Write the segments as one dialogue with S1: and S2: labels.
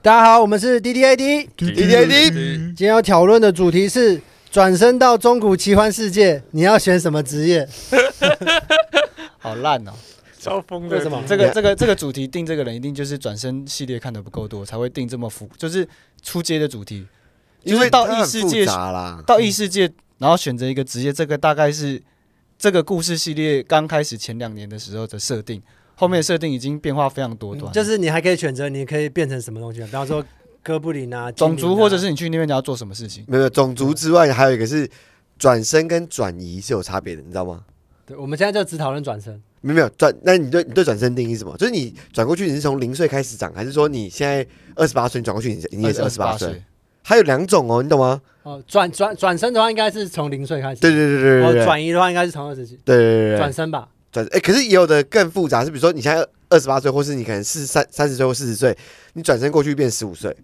S1: 大家好，我们是 D D A D，
S2: 滴滴
S1: 今天要讨论的主题是转身到中古奇幻世界，你要选什么职业？
S3: 好烂哦！
S2: 超疯的。
S1: 为什么？
S3: 这个这个这个主题定这个人一定就是转身系列看的不够多，才会定这么复，就是出街的主题，
S4: 因
S3: 就是
S4: 为
S3: 到
S4: 它
S3: 异
S4: 很
S3: 世
S4: 复
S3: 界
S4: 杂啦，嗯
S3: 到异世界，然后选择一个职业，这个大概是这个故事系列刚开始前两年的时候的设定，后面的设定已经变化非常多
S1: 嗯
S3: 端，
S1: 就是你还可以选择，你可以变成什么东西？比方说哥布林啊，精
S3: 种
S1: 灵
S3: 族
S1: 啊
S3: 或者是你去那边你要做什么事情。
S4: 没有种族之外，还有一个是转身跟转移是有差别的，你知道吗？
S1: 对，我们现在就只讨论转身。
S4: 没有没有转，那你对你对转身定义是什么？就是你转过去，你是从零岁开始长，还是说你现在二十八岁你转过去，你你也是二十八岁？，还有两种哦，你懂吗？
S1: 哦，转转转身的话，应该是从零岁开始。
S4: 对对对对对
S1: 哦，
S4: 对，
S1: 转移的话，应该是从二十几
S4: 对对对对
S1: 转
S4: 对
S1: 身吧。
S4: 转哎，可是也有的更复杂，是比如说你现在二十八岁，或是你可能四三三十岁或四十岁，你转身过去变十五岁，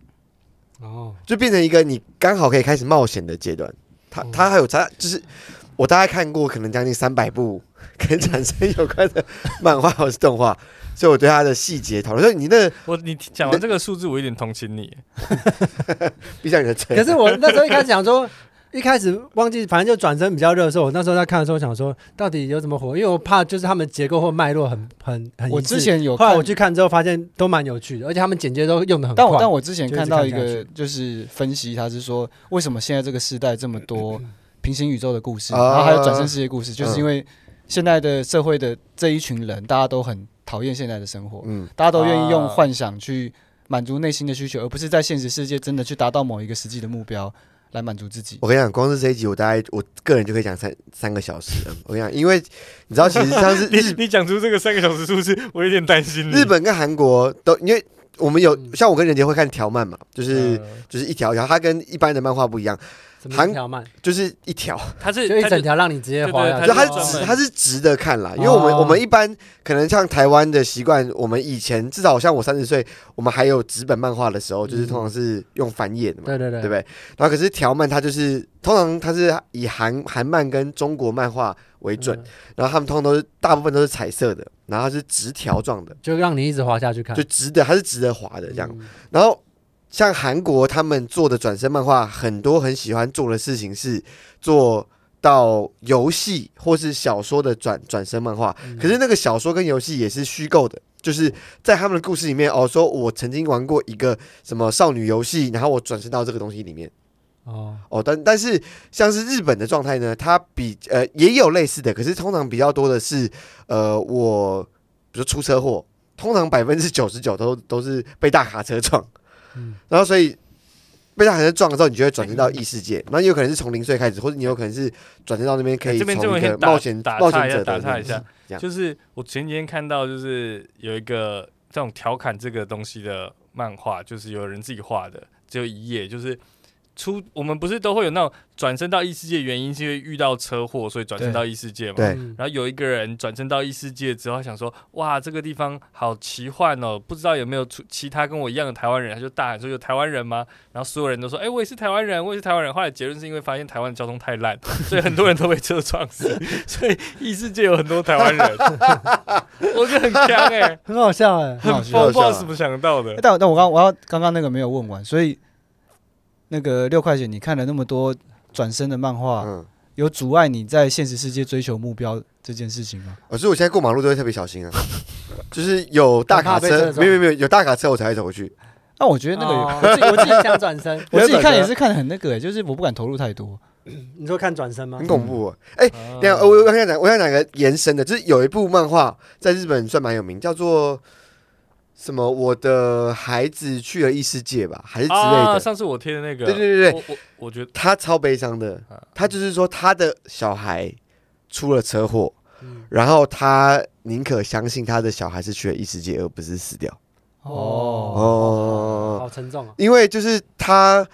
S1: 哦，
S4: 就变成一个你刚好可以开始冒险的阶段。它
S1: 哦
S4: 它还有它就是我大概看过可能将近三百部 跟转身有关的漫画或是动画，所以我对它的细节讨论。所以你那
S2: 我你讲完这个数字，我有点同情你。
S4: 闭上你的嘴，
S1: 可是我那时候一开始想说， 一开始忘记，反正就转身比较热的时候，我那时候在看的时候想说，到底有什么火？因为我怕就是他们结构或脉络很很很一致。
S3: 我之前有
S1: 后来
S3: 看
S1: 我去看之后，发现都蛮有趣的，而且他们剪接都用的很快。
S3: 但我但我之前
S1: 就一
S3: 看
S1: 直
S3: 到
S1: 看
S3: 一
S1: 下
S3: 个
S1: 去
S3: 就是分析，他是说为什么现在这个时代这么多
S1: 嗯
S3: 平行宇宙的故事，
S4: 啊
S3: 然后还有转身世界故事，就是
S4: 嗯
S3: 因为现在的社会的这一群人，大家都很讨厌现在的生活，
S4: 嗯，
S3: 大家都愿意用
S2: 啊
S3: 幻想去满足内心的需求，而不是在现实世界真的去达到某一个实际的目标来满足自己。
S4: 我跟你讲，光是这一集，我大概我个人就可以讲三三个小时了。我跟你讲，因为你知道，其实像是
S2: 你
S4: 日
S2: 你讲出这个三个小时数字，我有点担
S1: 嗯
S2: 心你。
S4: 日本跟韩国都，因为我们有像我跟任杰会看条漫嘛，就是、
S1: 嗯
S2: 呃
S4: 就是一条一条，它跟一般的漫画不一样，
S1: 什么
S4: 韩
S1: 一条漫，
S4: 就是一条，
S2: 他是
S1: 就一
S2: 他
S1: 整条让你直接
S2: 对
S1: 滑
S2: 对
S1: 下
S2: 它
S4: 就
S1: 去。
S4: 它
S2: 是
S4: 是
S2: 专
S4: 直
S2: 门
S4: 它是直的看啦，因为我们、
S1: 哦
S4: 我们一般可能像台湾的习惯，我们以前至少像我三十岁，我们还有纸本漫画的时候，就是通常是用翻页的嘛，
S1: 嗯对对对
S4: 对不对？然后可是条漫它就是通常它是以韩韩漫跟中国漫画为准，
S1: 嗯
S4: 然后他们通常都是大部分都是彩色的，然后它是直条状的，
S1: 就让你一直滑下去看
S4: 就。直的，它是直的滑的这样。
S1: 嗯
S4: 然后像韩国他们做的转身漫画，很多很喜欢做的事情是做到游戏或是小说的转转身漫画，
S1: 嗯
S4: 可是那个小说跟游戏也是虚构的。就是在他们的故事里面哦，说我曾经玩过一个什么少女游戏，然后我转身到这个东西里面
S1: 哦，
S4: 哦，但但是像是日本的状态呢，它比呃也有类似的，可是通常比较多的是呃我比如说出车祸，通常百分之九十九都都是被大卡车撞，
S1: 嗯
S4: 然后所以被大卡车撞了之后，你就会转
S2: 嗯
S4: 身到异世界，然后你有可能是从零岁开始，或者你有可能是转身到那边可以
S2: 哎这边这
S4: 从一
S2: 边
S4: 个
S2: 先打
S4: 冒险
S2: 打
S4: 冒
S2: 岔一
S4: 险者
S2: 下，
S4: 的
S2: 打岔
S4: 那
S2: 一
S4: 种
S2: 下
S4: 这，样
S2: 就是我前几天看到，就是有一个这种调侃这个东西的漫画，就是有人自己画的，只有一页，就是出我们不是都会有那种转身到异世界，原因是因为遇到车祸，所以转身
S3: 对
S2: 到异世界嘛。
S4: 对
S1: 嗯
S2: 然后有一个人转身到异世界之后，他想说：“哇，这个地方好奇幻哦！不知道有没有出其他跟我一样的台湾人？”他就大喊说：“有台湾人吗？”然后所有人都说：“哎、我也是台湾人，我也是台湾人。”后来结论是因为发现台湾的交通太烂， 所以很多人都被哎车撞死，所以异世界有很多台湾人。我觉得很强哎、
S1: 很好笑哎。
S3: 很好
S2: 我
S3: 笑
S2: 不知道怎么想到的
S3: 欸。但我但我刚我要刚刚那个没有问完，所以那个六块钱，你看了那么多转身的漫画，
S4: 嗯，
S3: 有阻碍你在现实世界追求目标这件事情吗？
S4: 我哦所以我现在过马路都会特别 小心啊，就是有大
S1: 很
S4: 卡
S1: 怕被
S4: 车
S1: 车，撞
S4: 没有没有没有有大卡车我才会走过去，
S3: 那我觉得那个有、
S1: 哦我自己我自己想转 身，
S3: 我自己看也是看得很那个、欸，就是我不敢投入太多。
S1: 你说看转身吗
S2: 嗯
S4: 很？恐怖啊、哎、对啊，我我想讲，我想讲个延伸的，就是有一部漫画在日本算蛮有名，叫做什么？我的孩子去了异世界吧，还是之类
S2: 啊，
S4: 的。
S2: 上次我贴的那个，
S4: 对对对对
S2: 我我我觉得
S4: 他超悲伤的
S2: 啊，
S4: 他就是说他的小孩出了车祸，
S1: 嗯
S4: 然后他宁可相信他的小孩是去了异世界，而不是死掉。
S3: 哦，
S4: 哦，
S1: 好沉重啊。
S4: 因为就是他，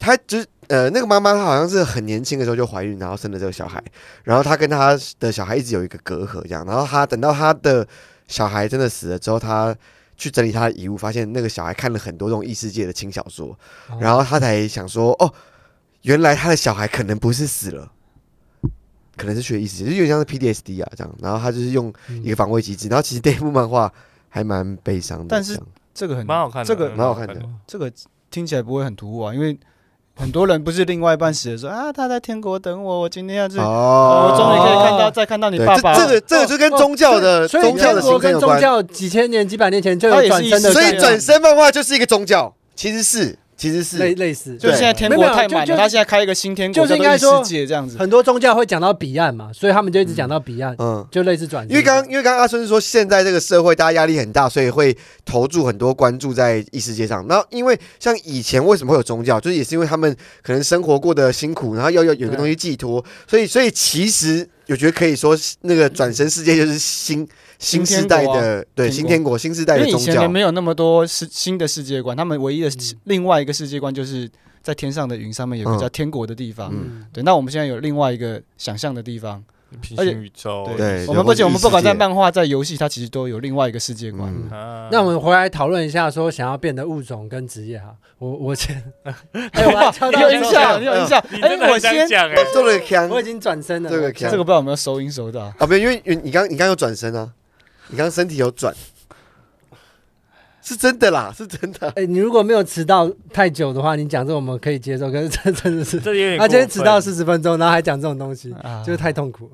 S4: 他就是呃，那个妈妈她好像是很年轻的时候就怀孕，然后生了这个小孩，然后她跟她的小孩一直有一个隔阂，这样，然后她等到她的小孩真的死了之后，她去整理她的遗物，发现那个小孩看了很多这种异世界的轻小说，然后她才想说，哦，原来她的小孩可能不是死了。可能是学异世界，就有点像是 PDSD 啊这样，然后她就是用一个防卫机制，然后其实这一部漫画还蛮悲伤的这样，
S3: 但是这个很
S2: 蛮好看的，
S3: 这个
S4: 蛮好看的
S3: 这个听起来不会很突兀啊，因为很多人不是另外一半死的时候啊，他在天国等我，我今天要去，
S4: 哦，
S3: 我终于可以看到
S1: 哦
S3: 再看到你
S4: 对，
S3: 爸爸哦了。
S4: 这这个这个就跟宗教的
S1: 所以
S4: 宗教的
S1: 天国
S4: 形成
S1: 跟
S4: 有
S1: 宗
S4: 关，
S1: 教几千年、几百年前就
S3: 它
S1: 有
S3: 也
S1: 转
S3: 是
S1: 身的概念，
S4: 所以
S3: 对
S4: 转身漫画就是一个宗教，其实是其实
S1: 类
S4: 是
S1: 类似，
S3: 就
S4: 对
S3: 现在天
S1: 没
S3: 国
S1: 有没有
S3: 太
S1: 就
S3: 满
S1: 就
S3: 了，他现在开一个新天国，
S1: 就是
S3: 叫做
S1: 应该
S3: 异
S1: 说
S3: 世界这样子。
S1: 很多宗教会讲到彼岸嘛，所以他们就一直讲到彼岸，
S4: 嗯。
S1: 就类似转身。
S4: 因为刚因为刚刚阿春说，现在这个社会大家压力很大，所以会投注很多关注在异世界上。然后因为像以前为什么会有宗教，就是也是因为他们可能生活过得辛苦，然后要要有个东西寄托，所以所以其实我觉得可以说是那个转身世界就是新新
S3: 新
S4: 时
S3: 天
S4: 代
S3: 国啊
S4: 的对
S3: 天
S4: 新
S3: 国
S4: 天国新时代
S3: 因
S4: 的
S3: 为以
S4: 宗
S3: 前人
S4: 教。
S3: 没有那么多世新的世界观，他们唯一的世
S1: 嗯
S3: 另外一个世界观就是在天上的云上面有个
S4: 嗯
S3: 叫天国的地方。
S4: 嗯
S1: 嗯，
S3: 对，那我们现在有另外一个想象的地方。
S2: 平
S3: 而且
S2: 行宇宙，
S4: 对
S3: 我们不
S4: 或者
S3: 仅我们
S4: 异
S3: 不管
S4: 世界
S3: 在漫画、在游戏，它其实都有另外一个世界观。
S4: 嗯
S2: 啊
S1: 那我们回来讨论一下，说想要变的物种跟职业哈。我我先，哎，我要敲
S3: 你
S1: 到
S3: 有
S1: 这
S3: 印
S1: 个
S3: 象，你有印象？
S2: 你
S3: 哎
S2: 真的，
S3: 我
S2: 很想
S3: 先
S2: 讲哎，
S4: 做了个腔
S1: 我已经转身了。
S4: 这个
S1: 我
S4: 强
S3: 这个不知道有没有收音收到。
S4: 啊，没有，因为因为你刚你刚刚有转身啊，你刚刚身体有转，是真的啦，是真的。
S1: 哎，你如果没有迟到太久的话，你讲这我们可以接受。可是这真的是，
S2: 这有点过
S1: 他
S2: 分，
S1: 今天迟到四十分钟，然后还讲这种东西，
S3: 啊
S1: 就是太痛苦了。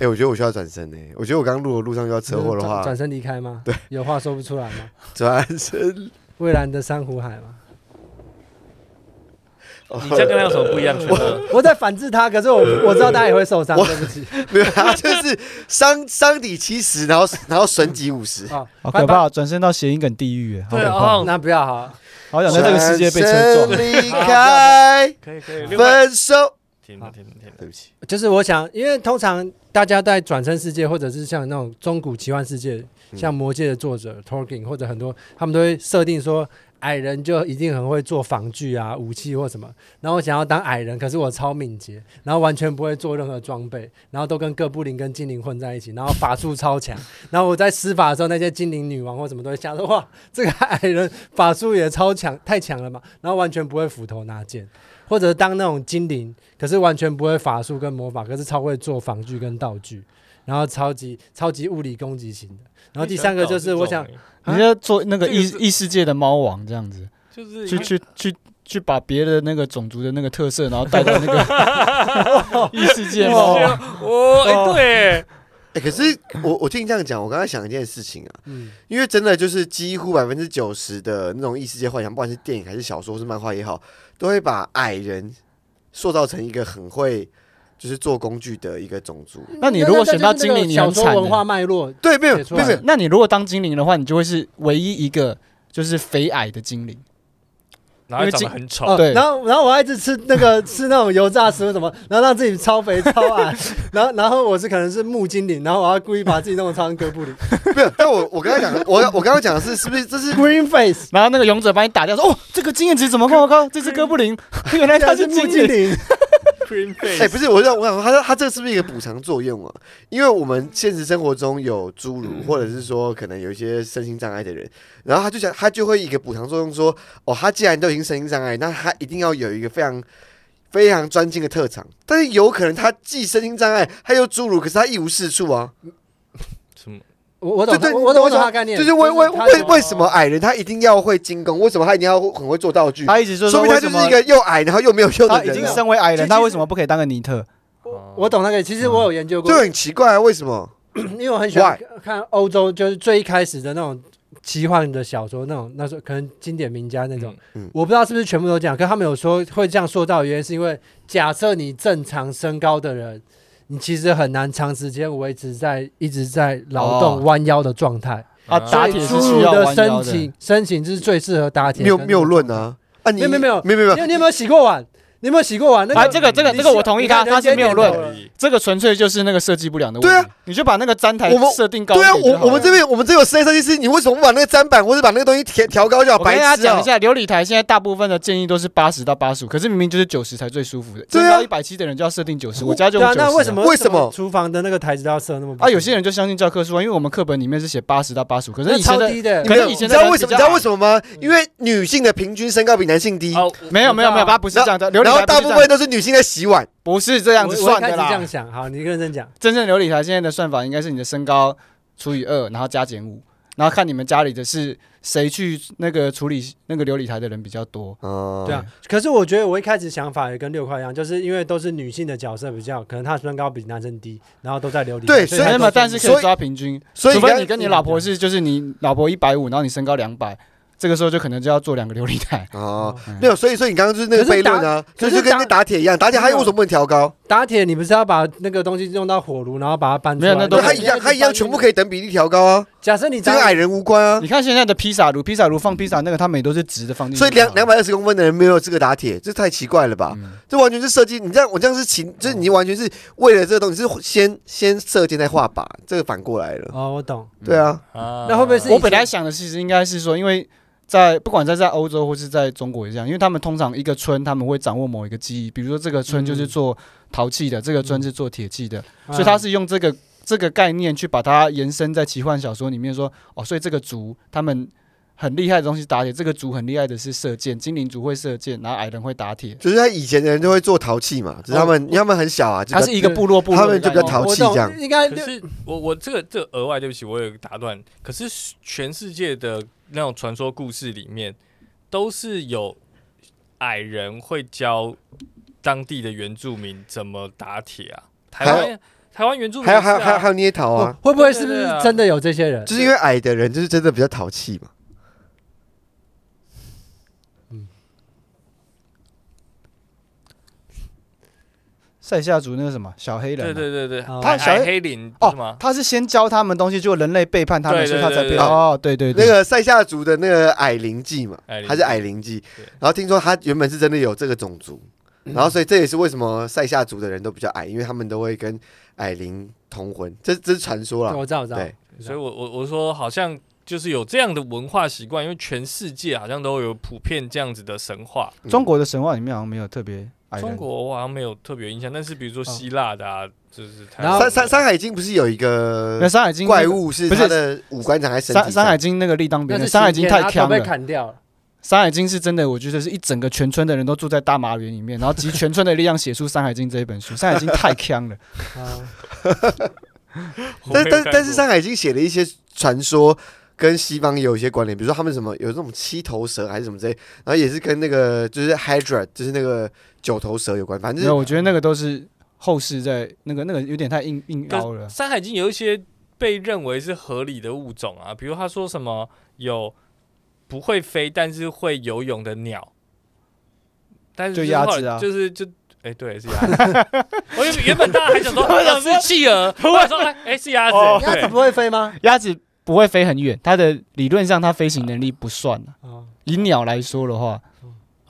S4: 哎、我觉得我需要转身呢、我觉得我刚刚路的路上遇到车祸的
S1: 转
S4: 话，
S3: 嗯
S1: 转身离开吗？
S4: 对，
S1: 有话说不出来吗？
S4: 转 身。
S1: 蔚蓝的珊瑚海吗？
S2: 你这样跟他有什么不 一样？觉得
S1: 我在反制他，可是我我知道他也会受伤，
S4: 我
S1: 对不起。
S4: 哦 没有，他就是伤伤底七十，然后然后损己五十。
S1: 哦，
S3: 好可怕！转身到谐音梗地狱，好
S2: 对
S3: 可
S2: 哦
S3: 怕！
S1: 那不要哈。
S3: 好想在这个世界被车
S4: 转
S3: 撞。
S4: 身离 开，
S2: 可以可以，另外，
S4: 分手。
S2: 停了停了停了，
S4: 对不起，
S1: 就是我想，因为通常大家在转身世界，或者是像那种中古奇幻世界，
S4: 嗯
S1: 像《魔界的作者 Tolkien 或者很多，他们都会设定说，矮人就一定很会做防具啊、武器或什么。然后我想要当矮人，可是我超敏捷，然后完全不会做任何装备，然后都跟哥布林跟精灵混在一起，然后法术超强。然后我在施法的时候，那些精灵女王或什么都会想说，哇，这个矮人法术也超强，太强了嘛。然后完全不会斧头拿剑，或者当那种精灵，可是完全不会法术跟魔法，可是超会做防具跟道具。然后超级超级物理攻击型的，然后第三个就是我
S2: 哎
S1: 想，
S3: 你要做那个
S2: 这个
S3: 异
S2: 是
S3: 异世界的猫王这样子，
S2: 就是
S3: 去去去去把别的那个种族的那个特色，然后带到那个 异世界猫王。
S2: 哦，哎对，
S4: 哎、可是我我听你这样讲，我刚才想一件事情啊，
S1: 嗯，
S4: 因为真的就是几乎百分之九十的那种异世界幻想，不管是电影还是小说，或是漫画也好，都会把矮人塑造成一个很会就是做工具的一个种族。
S3: 那你如果选到精灵，
S1: 那
S3: 你
S1: 小
S3: 很
S1: 说
S3: 惨
S1: 文化
S3: 的。
S1: 脉络，
S4: 对，没有
S1: 写出
S4: 没
S1: 来
S4: 有没有，
S3: 那你如果当精灵的话，你就会是唯一一个就是肥矮的精灵。
S2: 然后还长得很丑，
S1: 哦
S3: 对
S1: 然后然后我还一直吃那个吃那种油炸食物什么，然后让自己超肥超矮，然后然后我是可能是木精灵，然后我要故意把自己弄得超像哥布林
S4: 没有。但我我刚才讲的，我我刚刚讲的是是不是这是
S1: ，Green Face，
S3: 然后那个勇者把你打掉，说：“哦，这个经验值怎么那么高？这只哥布 林，原来
S1: 他
S3: 它
S1: 是
S3: 哎是
S1: 木
S3: 精
S1: 精
S3: 灵。
S1: 灵，
S2: Green
S4: 哎、
S2: face，
S4: 不是，我想我想说，他他这个是不是一个补偿作用啊？因为我们现实生活中有侏儒，或者是说可能有一些身心障碍的人，然后他就想他就会一个补偿作用说，哦，他既然都已经身心障碍，那他一定要有一个非常。非常专精的特长，但是有可能他既身心障碍，他又侏儒，可是他一无是处啊！
S2: 什么？
S1: 我我懂
S4: 对对，
S1: 我我懂我
S4: 你
S1: 懂
S4: 吗
S1: 他的概念，
S4: 就是哦为为
S1: 他
S4: 为
S1: 说
S4: 为什么矮人他一定要会精工？为什么他一定要很会做道”具？
S3: 他一直就
S4: 说
S3: 说
S4: 明他
S3: 为
S4: 就
S3: 什
S4: 是
S3: 么
S4: 一个又矮然后又没有用
S3: 他
S4: 的
S3: 已
S4: 人
S3: 经
S4: 啊，
S3: 身为矮
S1: 其实
S3: 人，他为什么不可以当个尼特？
S1: 我我懂那个，其实我有研究过
S4: 就，很奇怪啊！为什么？
S1: 因为我很喜欢看欧洲，就是最一开始的那种奇幻的小说，那种那时候可能经典名家那种。
S4: 嗯
S1: 我不知道是不是全部都这样，可他们有说会这样说到，原因是因为假设你正常身高的人，你其实很难长时间维持在一直在劳动
S3: 哦
S1: 弯腰的状态。
S3: 啊
S1: 所以
S3: 打铁是
S1: 侏
S3: 需
S1: 儒
S3: 要
S1: 的
S3: 弯
S1: 身
S3: 腰的
S1: 体，身体是最适合打铁。
S4: 谬谬论！啊！啊，你
S1: 没有没有没有
S4: 没有没有
S1: 你有你有没有洗过碗？你有没有洗过碗？那
S3: 啊，
S1: 个
S3: 这个这个
S1: 你
S3: 这个
S1: 是
S3: 我同意
S1: 你看
S3: 他，
S1: 人
S3: 他是
S1: 间
S3: 没有
S1: 点
S3: 论
S1: 头，
S3: 这个纯粹就是那个设计不良的问
S4: 对
S3: 题。
S4: 啊
S3: 你就把那个站台
S4: 我们
S3: 设定高一
S4: 对啊，
S3: 点就好了。
S4: 我我们这边我们这有室内设计师，你为什么不把那个砧板或者把那个东西调调高就好？
S3: 我跟
S4: 白
S3: 大家
S4: 痴
S3: 讲
S4: 啊
S3: 一！下，琉璃台现在大部分的建议都是八十到八十五，可是明明就是九十才最舒服的。
S4: 对啊
S3: 增到一百七的人就要设定九十，我家就
S1: 对
S3: 用
S1: 啊，
S3: 九十、
S1: 那为什么
S4: 为什么
S1: 厨房的那个台子都要设那么
S3: 啊？有些人就相信教科书啊，因为我们课本里面是写八十到八十五，可
S1: 可
S3: 是以前
S1: 超
S3: 的
S1: 低的
S3: 你嗯
S4: 没有
S3: 可是以前
S4: 你知道
S3: 的
S4: 为什么？
S3: 比
S4: 你
S3: 较
S4: 知道为什么吗？因为女性的平均身高比男性低，
S2: 哦，
S3: 没有没有没有，它不是这样的。琉璃
S4: 然后
S3: 台不
S4: 大
S3: 是
S4: 部
S3: 这样
S4: 分都是女性在洗碗。
S3: 不是这
S1: 这
S3: 样子算
S1: 我一开
S3: 的
S1: 始这
S3: 啦
S1: 样。想，好，你认真讲。
S3: 真正琉璃台现在的算法应该是你的身高除以二，然后加减五。然后看你们家里的是谁去那个处理那个琉璃台的人比较多。
S4: 哦，
S1: 对啊，，可是我觉得我一开始想法也跟六块一样，就是因为都是女性的角色比较，可能她身高比男生低，然后都在琉璃。
S4: 对
S1: 所
S4: 所以
S1: 她都
S3: 没有，没有但是
S1: 是
S3: 可以抓平均，
S4: 所以
S3: 除
S4: 你
S3: 非
S4: 刚
S3: 你跟你老婆是，就是你老婆一百五，然后你身高两百，这个时候就可能就要做两个琉璃台。
S4: 哦
S3: 嗯，
S4: 没有，所以所以你刚刚就是那个
S1: 可是
S4: 悖
S1: 打
S4: 论啊，
S1: 可
S4: 就是就跟
S1: 打
S4: 那打铁一样，打
S3: 嗯
S4: 铁它为什么不能调高？
S1: 打铁，你不是要把那个东西用到火炉，然后把它搬出来？
S3: 没有那都
S4: 对，
S3: 是
S4: 它一样，它一样全部可
S1: 以。
S4: 以等比例调高啊，
S1: 假设你
S4: 这跟
S1: 打
S4: 矮人无关啊
S3: 你。看现在的披萨炉，披萨炉放披萨那个，他们也都是直的放进去。
S4: 所以两两百二十公分的人没有资格打铁，这太奇怪了吧？
S3: 嗯
S4: 这完全是设计，你这样我这样是情，就是你完全是为了这个东西是先先射箭再画靶，这个反过来了。
S1: 哦，我懂。
S4: 对啊，
S2: 啊
S1: 那会不会是
S3: 我本来想的其实应该是说，因为在不管在在欧洲或是在中国也这样，因为他们通常一个村他们会掌握某一个技艺，比如说这个村就是做陶器的，这个村是做铁器的，所以他是用这个这个概念去把它延伸在奇幻小说里面说，哦，所以这个族他们。很厉害的东西打铁，这个族很厉害的是射箭，精灵族会射箭，然后矮人会打铁，
S4: 就是他以前的人就会做陶器嘛，只是他们、因为他们很小啊，就
S3: 它是一个部落部落
S4: 他
S3: 的
S4: 们就
S3: 概
S4: 比较
S3: 念，
S4: 淘气
S1: 嗯我懂
S4: 这样
S1: 应该
S2: 可是我我这个这个额外对不起，我有一个打断。可是全世界的那种传说故事里面，都是有矮人会教当地的原住民怎么打铁啊。台
S4: 还
S2: 湾台湾原住民
S4: 还有
S2: 也
S4: 还
S2: 是
S4: 有
S2: 啊
S4: 还有还有捏陶啊，
S1: 哦会不会是不
S2: 对
S1: 是
S2: 对对啊
S1: 真的有这些人？
S4: 就是因为矮的人就是真的比较淘气嘛。
S3: 塞夏族那个什么小黑人啊、
S2: 对对对对，
S1: 哦
S2: 矮
S3: 他小
S2: 矮黑林
S3: 哦
S2: 是吗？
S3: 他是先教他们东西，结果人类背叛他们，
S2: 对
S3: 所以
S2: 对
S3: 他才
S2: 对
S3: 被
S2: 对
S3: 哦，对对对，
S4: 那个塞夏族的那个矮灵记嘛
S2: 矮灵，记
S4: 他是矮灵记
S2: 对，
S4: 然后听说他原本是真的有这个种族，然后所以这也是为什么塞夏族的人都比较矮，因为他们都会跟矮灵通婚，这这是传说
S1: 对
S4: 啦。
S1: 我知道，我知道。
S4: 啊对，
S2: 所以我我我说好像就是有这样的文化习惯，因为全世界好像都有普遍这样子的神话。
S4: 嗯
S3: 中国的神话里面好像没有特别矮人
S2: 中国我好像没有特别印象，但是比如说希腊的啊，就是台
S1: 哦然后
S2: 湾
S4: 山山山海经不是有一个
S3: 那《山海经》
S4: 怪，物是
S3: 不是
S4: 他的五官长在身
S3: 山
S4: 体
S3: 山海
S4: 上，
S3: 经》那个立当
S1: 那
S3: 兵，
S1: 是
S3: 《山海经》
S1: 刑天
S3: 太
S1: 他头
S3: 强
S1: 被
S3: 了，《
S1: 砍掉了。
S3: 山海经》是真的，我觉得是一整个全村的人都住在大麻园里面，然后集全村的力量写出《山海经》这一本书，《山海经》太强了。
S1: 啊
S2: 我没
S4: 但
S2: 有
S4: 但
S2: 看
S4: 但是
S2: 过
S4: 山海经写的一些传说跟西方也有一些关联，比如说他们什么有那种七头蛇还是什么之类，然后也是跟那个就是 Hydra 就是那个九头蛇有关，反正
S3: 没
S4: 就是
S3: 有，我觉得那个都是后世在那个那个有点太硬硬凹了
S2: 《山呃海经》有一些被认为是合理的物种啊，比如他说什么有不会飞但是会游泳的鸟，但是
S3: 就是鸭
S2: 后来
S3: 子啊
S2: 就是就。哎、对，是鸭子。 我原原本大家还想说，我想是企鹅，我想说，哎、是鸭子、
S3: 哦
S1: 鸭子
S2: 对，
S1: 不会飞吗？
S3: 鸭子不会飞很远，它的理论上它飞行能力不算啊。
S1: 哦，
S3: 以鸟来说的话，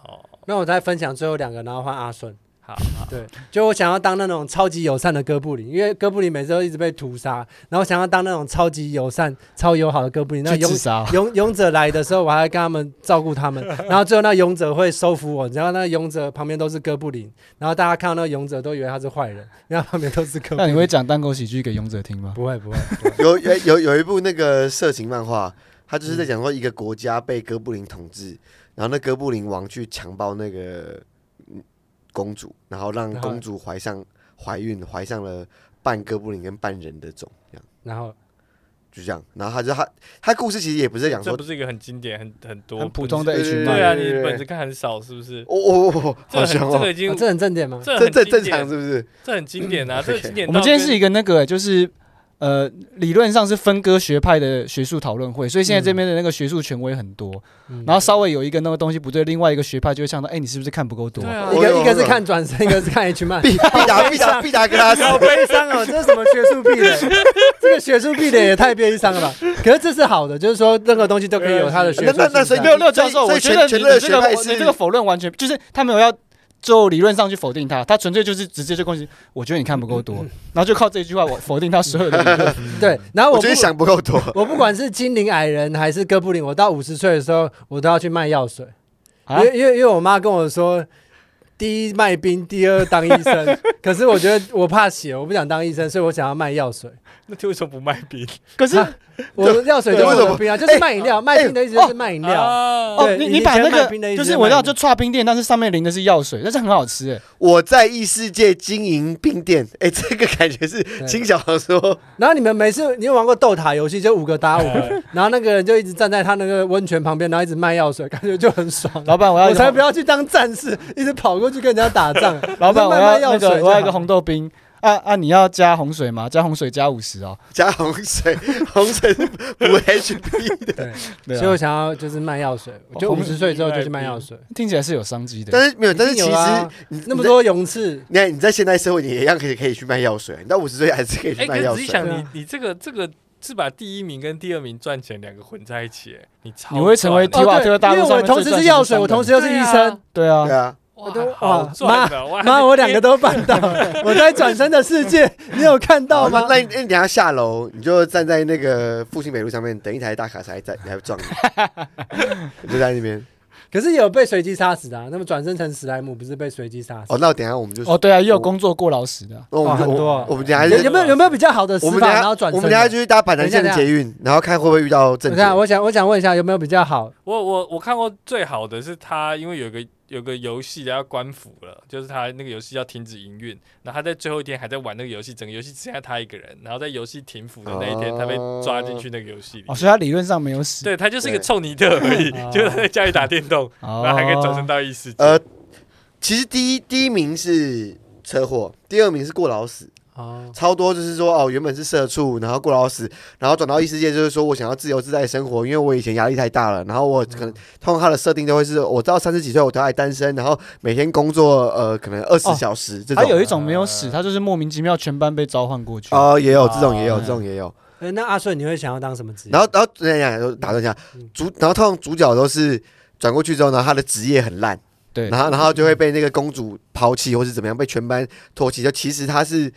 S2: 哦，
S1: 那我再分享最后两个，然后换阿顺。
S2: 好，
S1: 对，就我想要当那种超级友善的哥布林，因为哥布林每次都一直被屠杀，然后想要当那种超级友善、超友好的哥布林。那
S3: 去
S1: 勇
S3: 自杀 哦。
S1: 勇勇者来的时候，我还跟他们照顾他们，然后最后那勇者会收服我，然后那勇者旁边都是哥布林，然后大家看到那勇者都以为他是坏人，然后旁边都是哥布
S3: 那你
S1: 林。
S3: 会 讲单口喜剧给勇者听吗？
S1: 不会不会，
S4: 有 有有有一部那个色情漫画，它就是在讲说一个国家被哥布林统治，然后那哥布林王去强暴那个嗯公主，然后让
S1: 然后
S4: 公主怀上怀孕，怀上了半哥布林跟半人的种，这样
S1: 然后
S4: 就这样。然后他就他他故事其实也不是在讲
S2: 这
S4: 说
S2: 不，是一个很经典、很很多
S3: 很普
S2: 本
S3: 通
S2: 子
S3: 的 H
S4: 对
S2: 对啊，
S3: 漫，
S2: 你
S4: 对对
S2: 本子看很少是不是？
S4: 哦哦哦，
S2: 这
S4: 好
S2: 很
S4: 香
S2: 这
S4: 哦，
S2: 个已经
S1: 哦这很正点吗？
S2: 这
S4: 这
S2: 很
S4: 这
S2: 经
S4: 正
S2: 典
S4: 常是不是？
S2: 这很经典啊，这很经典
S3: 我
S2: 到跟。
S3: 们今天是一个那个就是。呃，理论上是分割学派的学术讨论会，所以
S2: 嗯
S3: 现在这边的那个学术权威很多，
S1: 嗯
S3: 然后稍微有一个那个东西不对，另外一个学派就会想到，哎、你是不是看不够多？
S2: 对啊，
S1: 一
S4: 我
S1: 个
S4: 有
S1: 一个是
S4: 我有
S1: 看转身，一个是看 H 漫。
S4: 必必达必达必达跟 他
S1: 好悲伤哦，这是什么学术壁垒？这个学术壁垒也太悲伤了吧！可是这是好的，就是说任何东西都可以有它的学术
S4: 那
S1: 性
S4: 那
S1: 在。
S4: 那所以
S3: 没有六啊教授，
S4: 所以
S3: 我觉得
S4: 全全
S3: 你
S4: 乐
S3: 你这
S4: 学派
S3: 个
S4: 是
S3: 你这个否认完全就是他没有要就理论上去否定他，他纯粹就是直接就攻击，我觉得你看不够多，然后就靠这句话我否定他所有的理论。
S1: 对，然后
S4: 我
S1: 我
S4: 觉得
S1: 不
S4: 想不够多，
S1: 我不管是精灵矮人还是哥布林，我到五十岁的时候，我都要去卖药水，
S3: 啊
S1: 因为因为因为我妈跟我说，第一卖冰，第二当医生。可是我觉得我怕血，我不想当医生，所以我想要卖药水。
S2: 那为什么不卖冰？
S3: 可是
S1: 啊我的药水就是
S4: 对
S1: 我
S4: 为什
S1: 的
S4: 么
S1: 冰啊，就是卖饮料，卖冰的意思就是卖饮料。
S2: 啊，
S3: 哦
S1: 对，
S3: 你
S1: 以
S3: 你把
S1: 前
S3: 那
S1: 卖
S3: 个
S1: 冰的一
S3: 就是
S1: 些
S3: 我知道
S1: 卖
S3: 就串冰店，但是上面淋的是药水，但是很好吃哎。
S4: 我在异世界经营冰店，哎、这个感觉是金小航说，
S1: 然后你们每次你有玩过斗塔游戏，就五个打五 个，然后那个人就一直站在他那个温泉旁边，然后一直卖药水，感觉就很爽。
S3: 老板，我要
S1: 我
S3: 一个
S1: 才不
S3: 红
S1: 要去当战士，一直跑过去跟人家打仗。
S3: 老板，
S1: 我
S3: 我
S1: 是慢慢
S3: 要那
S1: 药水
S3: 个
S1: 就
S3: 我要一个
S1: 好
S3: 红豆冰啊啊！你要加红水吗？加红水加五十哦。
S4: 加洪 水，洪水是补 HP 的，
S1: 对，
S3: 对
S1: 所以我
S3: 啊，
S1: 想要就是卖药水，我就
S3: 红
S1: 五十岁之后就去卖药水。
S3: 听起来是有商机的。
S4: 但是没有，但是其
S1: 一定有啊
S4: 实你
S1: 那么。多勇士，
S4: 你看你在现代社会，你一样可以可以去卖药水，你到五十岁还是可以
S2: 哎，
S4: 去
S2: 可
S4: 卖
S2: 是
S4: 药
S2: 仔细
S4: 水。
S2: 想，
S1: 对
S2: 你
S1: 啊
S2: 你这个这个是把第一名跟第二名赚钱两个混在一起，哎你超
S3: 你会成为
S2: 赚
S3: 提瓦
S1: 哦对
S3: 特大陆
S1: 因为
S3: 上
S1: 我
S3: 面
S1: 同
S3: 最
S1: 时
S3: 赚
S1: 是
S3: 钱
S1: 药
S3: 的
S1: 水，
S3: 商
S1: 我
S3: 人
S1: 同时又是医生。
S3: 对啊
S4: 对，啊，
S1: 我
S2: 哇
S1: 都，
S2: 好
S1: 哇
S2: 赚啊的哇！
S1: 妈，我两个
S2: 都
S1: 都办到了，我在转身的世界，你有看到
S4: 好，那
S1: 吗？
S4: 那你那你等一下下楼，你就站在那个复兴北路上面等一台大卡车来在来撞你，你就在那边。
S1: 可是也有被随机杀死的、啊，那么转身成史莱姆不是被随机杀死？
S4: 哦，那我等一下我们就
S3: 哦对啊，也有工作过劳死的啊。
S4: 那我
S1: 哇
S4: 们就
S1: 很多
S4: 我
S1: 啊
S4: 我们等一下
S1: 有
S4: 就
S1: 有没有有没有比较好的
S4: 我
S1: 死
S4: 们
S1: 法，
S4: 等一
S1: 然
S4: 下
S1: 后转身的？
S4: 我们等一下就去搭板南线的
S1: 等一下
S4: 捷运，然后看会不会遇到
S1: 我
S4: 正
S1: 想
S4: 解。
S1: 我想我想问一下，有没有比较好？
S2: 我我我看过最好的是他，因为有个有个游戏要关服了，就是他那个游戏要停止营运，然后他在最后一天还在玩那个游戏，整个游戏只剩下他一个人，然后在游戏停服的那一天，
S4: 哦
S2: 他被抓进去那个游戏里
S3: 哦，。所以他哦理论上没有死。
S2: 对他就是一个臭尼特而已
S1: 对，
S2: 就是他在家里打电动，
S3: 哦，
S2: 然后还可以转身到异世界。
S4: 呃，其实第一第一名是车祸，第二名是过劳死，
S1: 哦，
S4: 超多就是说哦，原本是社畜，然后过劳死，然后转到异世界，就是说我想要自由自在的生活，因为我以前压力太大了，然后我可能通常他的设定都会是，我到三十几岁我都还单身，然后每天工作呃可能二十
S3: 哦
S4: 小时这
S3: 他
S4: 种，
S3: 有一种没有死，他就是莫名其妙全班被召唤过去。
S4: 哦也有这种
S2: 啊
S4: 也有这种也有，
S1: 哎那阿顺你会想要当什么职业？
S4: 然后然后等一下打断一下
S1: 嗯，
S4: 主然后通常主角都是转过去之后呢，他的职业很烂。
S3: 对，
S4: 然后然后就会被那个公主抛弃，或是怎么样被全班唾弃。就其实他是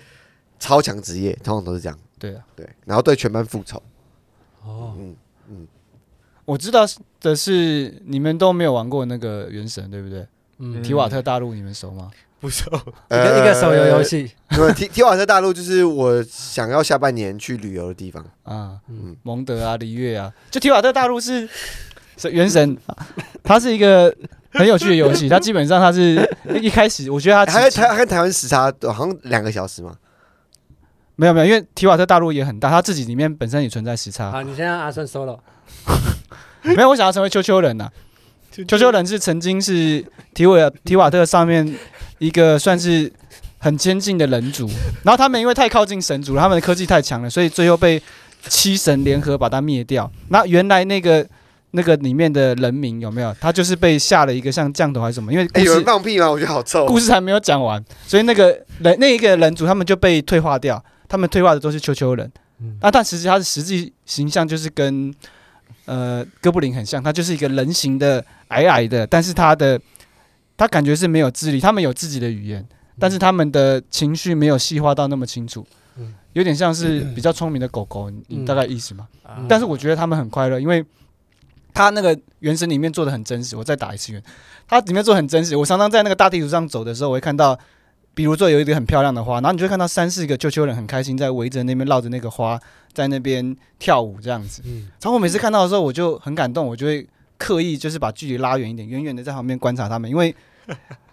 S4: 超强职业，通常都是这样。
S3: 对啊，
S4: 对，然后对全班复仇。
S1: 哦，
S4: 嗯，
S3: 我知道的是你们都没有玩过那个原神，对不对？
S1: 嗯，
S3: 提瓦特大陆你们熟吗？
S2: 不熟，
S1: 一个一个手游游。戏，
S4: 呃，提提瓦特大陆就是我想要下半年去旅游的地方。
S3: 啊，
S1: 嗯
S3: 蒙德啊，璃月啊，就提瓦特大陆是是原神，它是一个很有趣的游戏。它基本上它是一开始，我觉
S2: 啊
S3: 得它
S4: 还
S3: 其
S4: 台还跟台湾时差好像两个小时嘛。
S3: 没有没有，因为提瓦特大陆也很大，它自己里面本身也存在时
S4: 啊
S3: 差。
S1: 好，你先让阿顺 solo。
S3: 没有，我想要成为丘丘人呐、啊丘丘人是曾经是提瓦提瓦特上面一个算是很先进的人族，然后他们因为太靠近神族了，他们的科技太强了，所以最后被七神联合把它灭掉。那原来那个那个里面的人民有没有？他就是被下了一个像降头还是什么？因为故
S4: 哎，有人
S3: 事
S4: 放屁吗？我觉得好臭。
S3: 故事还没有讲完，所以那个人那一个人族他们就被退化掉，他们退化的都是丘丘人。
S1: 嗯
S3: 那但其实他的实际形象就是跟呃哥布林很像，他就是一个人形的矮矮的，但是他的他感觉是没有智力，他们有自己的语言，但是他们的情绪没有细化到那么清楚
S1: 嗯，
S3: 有点像是比较聪明的狗狗，你你大概意思吗？
S2: 啊
S3: 但是我觉得他们很快乐，因为他那个原神里面做的很真实。我再打一次原，它里面做得很真实。我常常在那个大地图上走的时候，我会看到，比如说有一个很漂亮的花，然后你就会看到三四个啾啾人很开心在围着那边绕着那个花在那边跳舞这样子。
S1: 嗯，
S3: 然后我每次看到的时候，我就很感动，我就会刻意就是把距离拉远一点，远远的在旁边观察他们，因为。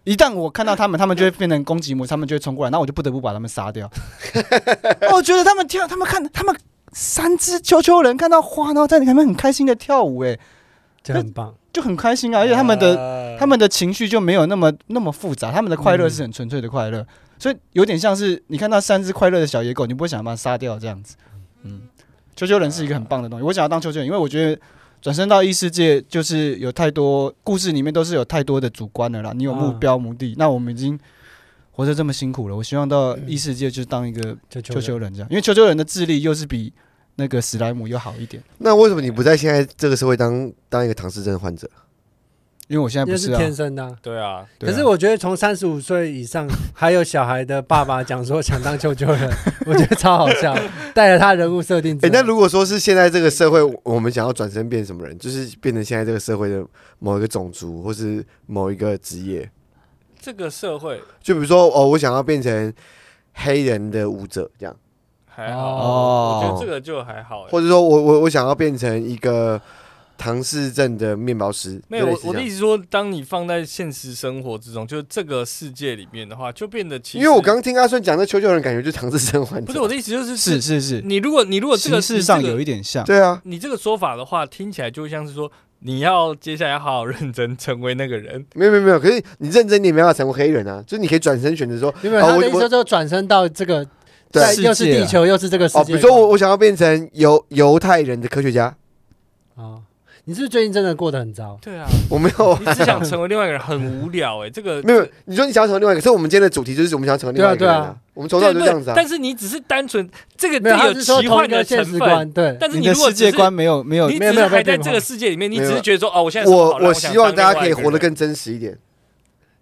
S3: 一旦我看到他们，他们就会变成攻击模式，他们就会冲过来，那我就不得不把他们杀掉。哦我觉得他们跳，他们看，他们三只球球人看到花，然后在他们很开心的跳舞，哎，
S1: 这很棒。呃
S3: 就很开
S1: 哎
S3: 心啊，而且他们的、
S2: 的
S3: 他们的情绪就没有那么那么复杂，他们的快乐是很纯粹的快乐，所以有点像是你看到三只快乐的小野狗，你不会想把它杀掉这样子。嗯，球球人是一个很棒的东西，我想要当球球人，因为我觉得转身到异世界就是有太多故事里面都是有太多的主观的啦，你有目标、目的，那我们已经活得这么辛苦了，我希望到异世界就是当一个
S1: 球球
S3: 球
S1: 人
S3: 球人这样，因为球球人的智力又是比那个史莱姆又好一点，
S4: 那为什么你不在现在这个社会当当一个唐氏症患者？
S3: 因为我现在
S1: 因为
S3: 不
S1: 是
S3: 啊。
S1: 天生的啊、
S2: 对啊，
S3: 对啊
S1: 可是我觉得从三十五岁以上还有小孩的爸爸讲说想当球球人，我觉得超好笑，带着他人物设定之
S4: 哎、
S1: 后。
S4: 那如果说是现在这个社会，我们想要转身变什么人，就是变成现在这个社会的某一个种族，或是某一个职业，
S2: 这个社会
S4: 就比如说哦，我想要变成黑人的舞者这样，
S2: 还好，
S3: 哦
S2: 我觉得这个就还好、欸。
S4: 或者说我我我想要变成一个唐氏症的面包师，
S2: 没有，
S4: 就类
S2: 我
S4: 似
S2: 我的
S4: 这样
S2: 意思说，当你放在现实生活之中，就是这个世界里面的话，就变得其
S4: 因
S2: 实
S4: 为我刚听阿顺讲那球球人，感觉就是唐氏症患者，
S2: 不是我的意思，就是
S3: 是是是，
S2: 你如果你如果这
S3: 形
S2: 个
S3: 式上有
S2: 一
S3: 一点像，
S4: 对啊，
S2: 你这个说法的话，听起来就像是说你要接下来要好好认真成为那个人。
S4: 没有没有没有，可是你认真你也没办法成为黑人啊，就是你可以转身选择说，
S1: 因为
S4: 哦
S1: 他
S4: 我
S1: 的意
S4: 我
S1: 思就转身到这个，
S4: 对
S1: 在
S3: 世
S1: 又是
S3: 界
S1: 地
S3: 啊
S1: 球又是这个世界
S4: 哦，
S1: 观。
S4: 比如说我我想要变成犹犹太人的科学家，
S1: 哦，你是不是最近真的过得很糟？
S2: 对啊，
S4: 我没 有
S2: 你只想成为另外一个人，很无聊哎、这个
S4: 没有，你说你想要成为另外一个，可是我们今天的主题就是我们想要成为另外一个
S1: 对
S4: 人
S1: 啊对啊
S4: 我们从小就
S2: 对
S4: 这样子啊，
S2: 但是你只是单纯这 个
S1: 没有，
S2: 这
S1: 他
S2: 有
S1: 是说
S2: 奇
S1: 同
S2: 幻
S1: 一个
S2: 的
S1: 现
S2: 成
S1: 实
S2: 分，
S1: 观，对，
S2: 但是
S3: 你
S2: 如
S3: 的
S2: 果
S3: 世
S2: 只
S3: 界
S2: 是
S3: 观没有没有
S2: 你
S1: 没
S2: 只
S1: 有没
S2: 是
S1: 有被
S2: 还在
S1: 变
S2: 这
S1: 化
S2: 个世界里面，你
S4: 没
S2: 只
S4: 有
S2: 是觉得说哦，我现在
S4: 我
S2: 好了
S4: 我
S2: 我
S4: 希望大家可以活得
S2: 得
S4: 更真实一点，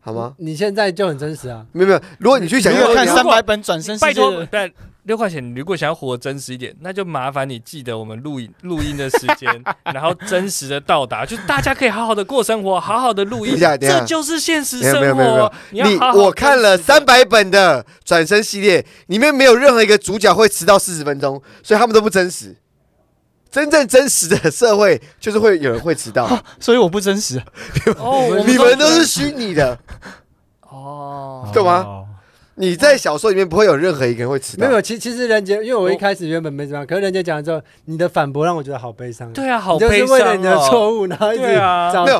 S4: 好吗？
S1: 你现在就很真实啊。
S4: 没有没有，如果你去想
S3: 没
S4: 要
S3: 有看
S4: 你
S3: 三
S4: 要
S3: 百本转身世
S2: 拜
S3: 界
S2: 托
S3: 的，，
S2: 但六块钱，你如果想要活得真实一点，那就麻烦你记得我们录音录音的时 间，然后真实的到达，就大家可以好好的过生活，好好的录
S4: 等一
S2: 音，
S4: 下等一
S2: 这
S4: 下，
S2: 就是现实
S4: 没有
S2: 生
S4: 没有没有没有
S2: 活。你要
S4: 你
S2: 好好
S4: 我看了
S2: 真实地
S4: 三百本的转身系列，里面没有任何一个主角会迟到四十分钟，所以他们都不真实。真正真实的社会就是会有人会迟到，
S3: 所以我不真实，
S2: 哦，我
S4: 你们都是虚拟的。
S2: 哦，
S4: 对吗
S3: 哦？
S4: 你在小说里面不会有任何一个人会迟
S1: 没
S4: 到。
S1: 有，其其实人杰，因为我一
S2: 我
S1: 开始原本没怎么样，可是人杰讲了之后，你的反驳让我觉得好悲伤。
S2: 对啊，好
S1: 你就是
S2: 悲
S1: 为了
S2: 伤
S1: 你的
S2: 哦。
S1: 错误，然后一直
S2: 对啊
S1: 找
S4: 没